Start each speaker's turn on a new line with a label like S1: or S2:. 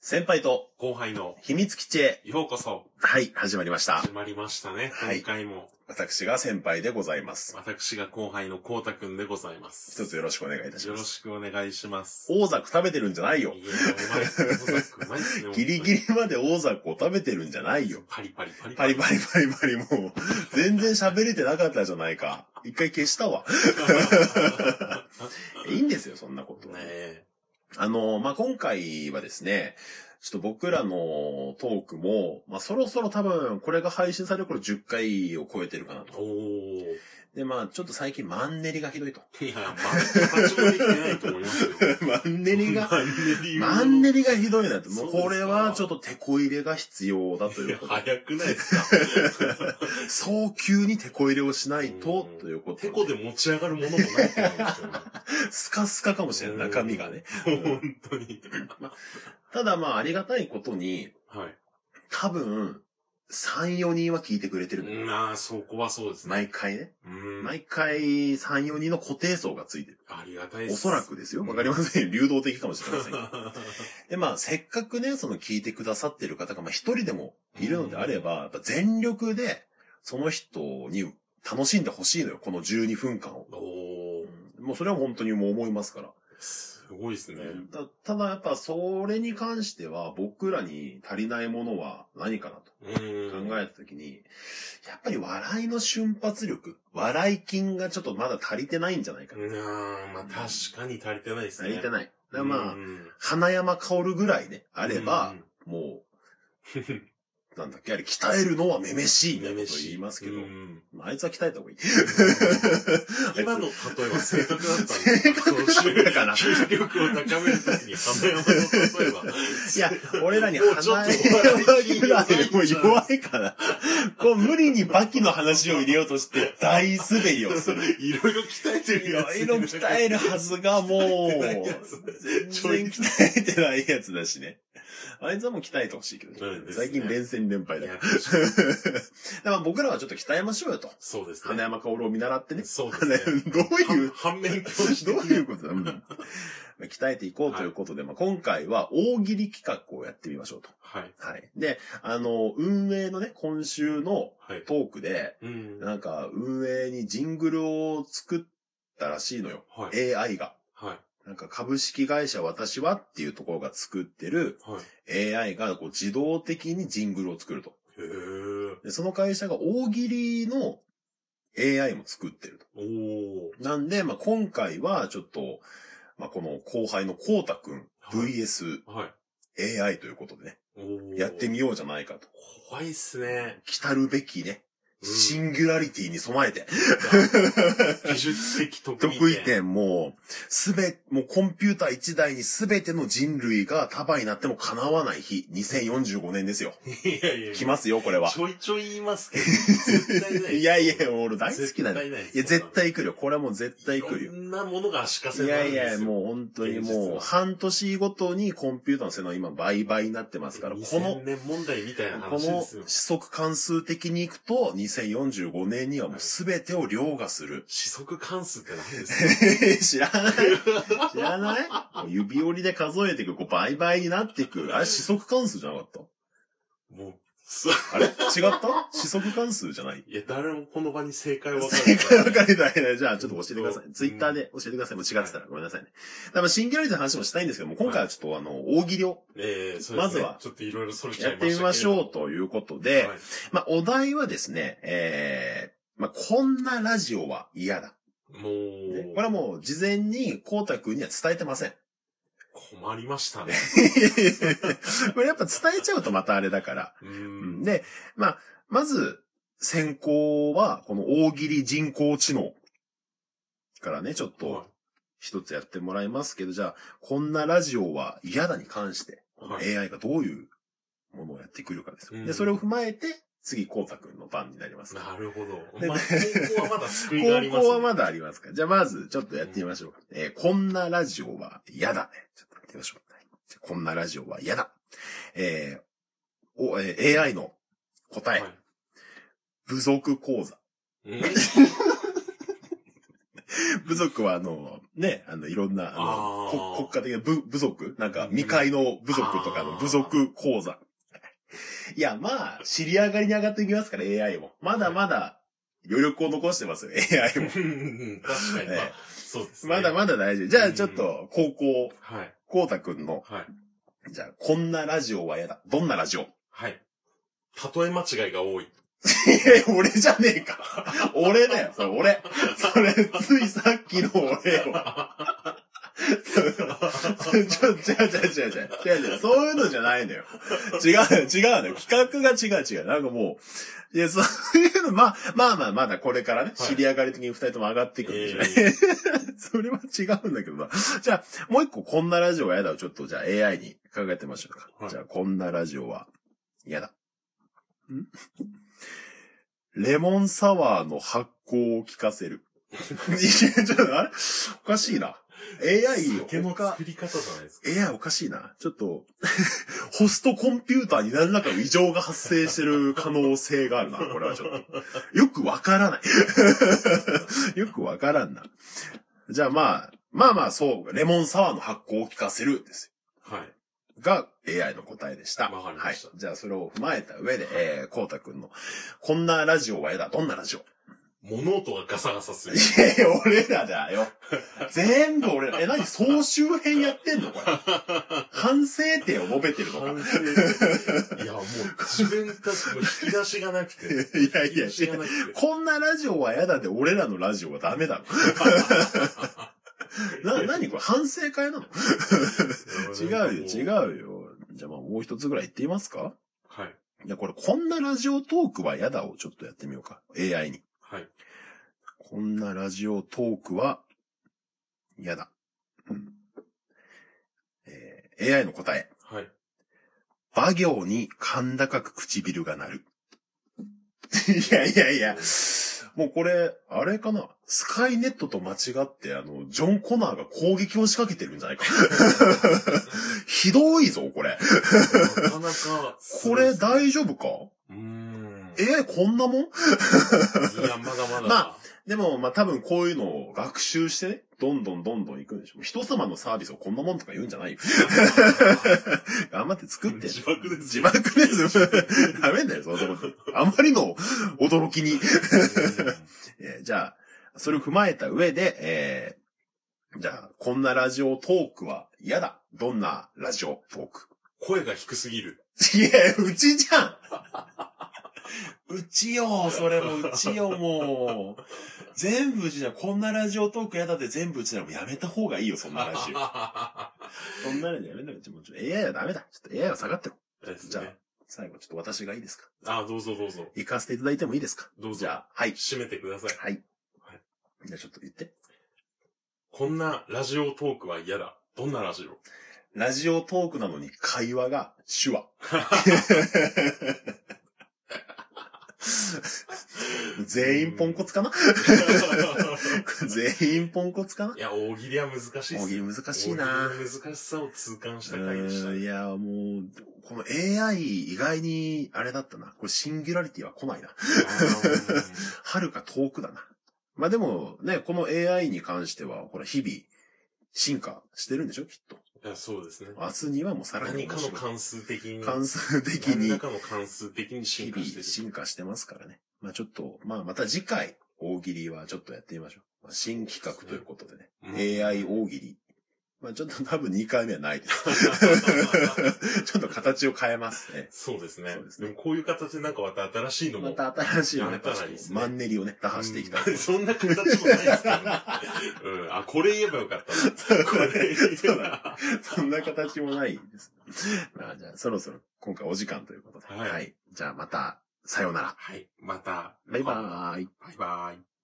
S1: 先輩と
S2: 後輩の
S1: 秘密基地へ、
S2: ようこそ
S1: はい、始まりました
S2: 始。まりましたね。
S1: はい
S2: 今回も
S1: 私が先輩でございます。
S2: 私が後輩のこうたくんでございます。
S1: 一つよろしくお願いいたし
S2: よ
S1: ま
S2: ろ
S1: す。
S2: しくお願いします。
S1: 大ザク食べてるんじゃない
S2: いや
S1: よ。
S2: うまいっすね。小作うまいっすね。
S1: ギリギリまで大ザクを食べてるんじゃないよ。
S2: パリパリパリ
S1: パリパリパリパリもう、全然喋れてなかったじゃないか。一回消した わ。いいんですよ、そんなことは。
S2: ねえ。
S1: あの、まあ、今回はですね、ちょっと僕らのトークも、まあ、そろそろ多分これが配信される頃10回を超えてるかなと。
S2: おー。
S1: で、まあ、ちょっと最近マンネリがひどいと。
S2: いや、まあ、立ち込できてないと思いますよ。
S1: マンネリが、
S2: マンネリ。
S1: マンネリがひどいなって、もう
S2: そうですか
S1: これはちょっと手こ入れが必要だと
S2: い
S1: いう
S2: や
S1: こと。
S2: 早くないですか
S1: 早急に手こ入れをしないと
S2: うん、
S1: ということ。
S2: てこで持ち上がるものもないと思うんですよね。
S1: スカスカかもしれない、中身がね。
S2: 本当に。
S1: ただまあ、ありがたいことに、
S2: はい。
S1: 多分、3、4人は聞いてくれてるのよ。
S2: まあ、そこはそうですね。
S1: 毎回ね。
S2: うん。
S1: 毎回、3、4人の固定層がついてる。
S2: ありがたいで
S1: お
S2: す。
S1: そら くですよ。わかりませんよ。流動的かもしれませんけど。
S2: う
S1: で、まあ、せっかくね、その聞いてくださってる方が、まあ、一人でもいるのであれば、やっぱ全力で、その人に楽しんでほしいのよ、この12分間を。
S2: ん。おー
S1: うんもうそれは本当にもう思いますから。
S2: すごいですね。
S1: たただやっぱそれに関しては僕らに足りないものは何かなと
S2: うん。
S1: 考えた時に、やっぱり笑いの瞬発力、笑い筋がちょっとまだ足りてないんじゃないかな。
S2: うんまあ確かに足りてないです
S1: 足
S2: ね。
S1: りて
S2: い。
S1: ない。だからまあ、花山薫ぐらいね、あ
S2: あ
S1: れば、、もう、なんだっけ、あれ、鍛えるのはめめしいみたいなこと言いますけど、
S2: うん
S1: まああいつは鍛えた方がいい。
S2: 今の例えは正確だったん
S1: 正確だったかな
S2: その集中力を高めるときに、花山の例えば。
S1: いや、俺らに
S2: もう
S1: 花
S2: ちょっと
S1: 山ぐらいもう弱いから、こう無理にバキの話を入れようとして大滑りをする。
S2: いろいろ鍛えて
S1: い
S2: るや
S1: ろ
S2: つ。
S1: いろ鍛えるはずがもう、
S2: ないや
S1: 全
S2: つちょい
S1: 然鍛えてないやつだしね。あいつはもう鍛えてほしいけど、
S2: うんですね
S1: 最近連戦連敗
S2: い
S1: だか
S2: や
S1: ら。 だから僕らはちょっと鍛えましょうよと。
S2: そうですね。
S1: 花山薫を見習ってね。
S2: そうです
S1: 花
S2: ね。
S1: 山どういう
S2: 反面教師
S1: どう
S2: 的な
S1: いうことだ、うんまあ鍛えていこうということで、まあ、今回は大喜利企画をやってみましょうと。
S2: はい。
S1: はい。で、あの、運営のね、今週の
S2: はい。
S1: トークで、
S2: うん。は
S1: なんか、運営にジングルを作ったらしいのよ。
S2: い。
S1: AI が。
S2: はい。
S1: なんか、株式会社私はっていうところが作ってる
S2: はい。
S1: AI がこう自動的にジングルを作ると。
S2: へー。
S1: で、その会社が大喜利の AI も作ってると。
S2: おー。
S1: なんで、まあ、今回はちょっと、まあ、この後輩のこうたくん
S2: はい
S1: VSAI
S2: はい。
S1: ということでね、
S2: おー
S1: やってみようじゃないかと。
S2: 怖いっすね。
S1: 来たるべきね、
S2: うん
S1: シンギュラリティに備えて、
S2: 技術的得意点。
S1: 得意点もう、すべ、もうコンピューター一台にすべての人類が束になっても叶わない日、2045年ですよ。
S2: いやいやい
S1: 来
S2: や。
S1: ますよ、これは。
S2: ちょいちょい言いま すけど、絶対ない。
S1: いやいや、俺大好きだね。
S2: 絶対ないです
S1: いや、絶対来るよ。これはもう絶対来るよ
S2: い。ろんなものが足かせ
S1: い
S2: にな
S1: や
S2: るん
S1: い
S2: ですよ
S1: や、もう本当に
S2: 現実
S1: もう、
S2: は
S1: 半年ごとにコンピューターの性能は今倍々になってますから、この
S2: 2000、年問題みたいな
S1: こ
S2: 話
S1: の
S2: ですよ
S1: 指。則関数的にいくと、2045年にはもう全てを凌駕する。
S2: 四則関数って何ですか
S1: 知らない知らないもう指折りで数えていく、こう倍々になっていく。あれ、指則関数じゃなかっ
S2: もう、そう
S1: たあれ違った指則関数じゃない
S2: いや、誰もこの場に正解は分かる。
S1: 正解分かれないね。じゃあ、ちょっと教えてくださ
S2: うん
S1: い。ツイッターで教えてください。もう違ってたらごめんなさいね。だから、シンギュラリティの話もしたいんですけども、今回はちょっとあの、大喜利を
S2: ええそうですね
S1: まずは
S2: ちょっといろいろそれちゃ
S1: や
S2: い
S1: っ
S2: ましたけ
S1: て
S2: れ
S1: み
S2: ど
S1: ましょうということで、
S2: はい
S1: まあ、お題はですね、えー、まあ、こんなラジオは嫌だ。
S2: も
S1: ねこ
S2: う、
S1: れはもう事前に光太くんには伝えてませ ん。
S2: 困りましたね。
S1: これやっぱ伝えちゃうとまたあれだから。
S2: う
S1: うん
S2: ん。
S1: で、まあ、まず、先行は、この大喜利人工知能からね、ちょっと一つやってもらいますけど、じゃあ、こんなラジオは嫌だに関して、
S2: はい
S1: AI がどういうものをやってくるかですよ。
S2: うん
S1: で、それを踏まえて、次、光太くんの番になります。
S2: な るほど。
S1: で
S2: まあ、高校はまだ救いがあります、
S1: 高校はまだありますか。じゃあまず、ちょっとやってみましょうか。えーこんなラジオは嫌だね。ちょっとやってみましょう。はいじゃあこんなラジオは嫌だ。えーお、えー AI の答え、
S2: はい
S1: 部族講座。
S2: うん
S1: 部族はあの、ね、あの、いろんな、あの
S2: あー
S1: こ国家的な部部族、なんか未開の部族とかの部族講座。 いや、まあ、知り上がりに上がっていきますから、AI も。まだまだ余力を残してますよ、AI も。
S2: うん確かに、ま
S1: え
S2: あ、そうですね。
S1: まだまだ大丈夫。じゃあ、ちょっと、高校、
S2: はい。
S1: こうたくんの、
S2: はい。
S1: じゃあ、こんなラジオは嫌だ。どんなラジオい
S2: はい。例え間違いが多い。
S1: や 俺じゃねえか。俺だよ、それ俺。それ、ついさっきの俺よ。ちょ、違う違う違う違う。違う違う。そういうのじゃないのよ。違うのよ、違うのよ。企画が違う違う。なんかもう、いや、そういうの、まあ、まあまあ、まだこれからね、
S2: はい
S1: 知り上がり的に二人とも上がっていくんでしょうね。
S2: え
S1: それは違うんだけどな。じゃあ、もう一個こんなラジオは嫌だをちょっとじゃあ AI に考えてみましょうか。
S2: はい
S1: じゃあ、こんなラジオは嫌だ。んレモンサワーの発酵を聞か せる。いやちょっとあれおかしいな。AI よ。
S2: 酒の
S1: 他
S2: 作り方じゃないですか。
S1: AI おかしいな。ちょっと、ホストコンピューターに何らかの異常が発生してる可能性があるな。これはちょっと。よくわからない。よ くわからんな。じゃあまあ、まあまあそう、レモンサワーの発酵を効かせるです
S2: はい。
S1: よ。が AI の答えでした。
S2: わかりました
S1: はい。じゃあそれを踏まえた上で、えー、こうたくんの、こんなラジオは嫌だ。どんなラジオ
S2: 物音がガサガサす る
S1: い。やいや、俺らだよ。 全部俺ら。え、何総集編やってんのこれ。反省点を述べてるの か。
S2: 完成いや、もう自分たちも引き出しがなくて。
S1: いやいや
S2: 引き出しがなくて。
S1: こんなラジオは嫌だで、俺らのラジオはダメだろ。 な、なにこれ反省会 なの違うよ、違
S2: う。
S1: うよ。じゃあまあもう一つぐらい言ってみますか
S2: はい。
S1: いや、これこんなラジオトークは嫌だをちょっとやってみようか。AI に。
S2: はい。
S1: こんなラジオトークは嫌だ。うんえー AI の答え。
S2: はい。
S1: 馬行に甲高く唇が鳴 る。いやいやいや。もうこれ、あれかなスカイネットと間違って、あの、ジョン・コナーが攻撃を仕掛けてるんじゃないか。 ひどいぞ、これ。
S2: なかなか。
S1: これ大丈夫か
S2: うーん。
S1: えーこんなもん
S2: いや、まだまだ。
S1: までも、まあ、多分こういうのを学習してね、どんどんどんどん行くんでしょ。人様のサービスをこんなもんとか言うんじゃないよ。 頑張って作って。
S2: 自爆です
S1: 自爆です。 ダメだよ、そのとこあまりの驚きに。えーじゃあ、それを踏まえた上で、えー、じゃあ、こんなラジオトークは嫌だ。どんなラジオトーク
S2: 声が低すぎる。
S1: いや、うちじゃん うちよ、それもうちよ、もう。全部うちじゃん。こんなラジオトーク嫌だって全部うちだもうやめた方がいいよ、そんなラ ジオ。そんなのやめたら、ちょもうちょ AI はダメだ。ちょっと AI は下がってろ。
S2: ですね
S1: じゃあ最後、ちょっと私がいいですか
S2: あ、どうぞどうぞ。
S1: 行かせていただいてもいいですか
S2: どうぞ。
S1: じゃあ、はい。
S2: 締めてください。
S1: はい
S2: はい。
S1: じゃあちょっと言って。
S2: こんなラジオトークは嫌だ。どんな ラジオ
S1: ラジオトークなのに会話が手 話。全員ポンコツかな全員ポンコツかない
S2: や、大喜利は難しいっす。
S1: 大喜利難しいな
S2: 大喜利の難しさを痛感した回でした
S1: うんい
S2: ね。
S1: や、もう、この AI 意外に、あれだったな。これシンギュラリティは来ないな。はるか遠くだな。まあでもね、この AI に関しては、ほら、日々、進化してるんでしょきっと。
S2: いやそうですね。
S1: 明日にはもうさらに
S2: 何か
S1: 面
S2: の
S1: 白い
S2: 関数的に。
S1: 関数的
S2: 何ら
S1: に
S2: かの関数的に
S1: 日
S2: 進化
S1: 々
S2: してる。
S1: 進化してますからね。まあちょっと、まあまた次回、大喜利はちょっとやってみましょう。まあ、新企画ということでね。
S2: うん
S1: AI 大喜利。まあちょっと多分2回目はないです。 ちょっと形を変えますね。
S2: そうですね
S1: そうです。ね
S2: でもこういう形でなんかまた新しいの
S1: ま
S2: も。
S1: た新しいのね、
S2: やったらいいですね
S1: マンネリをね、打破していきたい。
S2: うんそんな形もないですけどね。うん。あ、これ言えばよかったな。これ言えばよかっ
S1: そんな形もないです。 まあじゃあそろそろ今回お時間ということで。
S2: はい
S1: はい、じゃあまた、さようなら。
S2: はい。また。
S1: バイバーイ。
S2: バイバイ。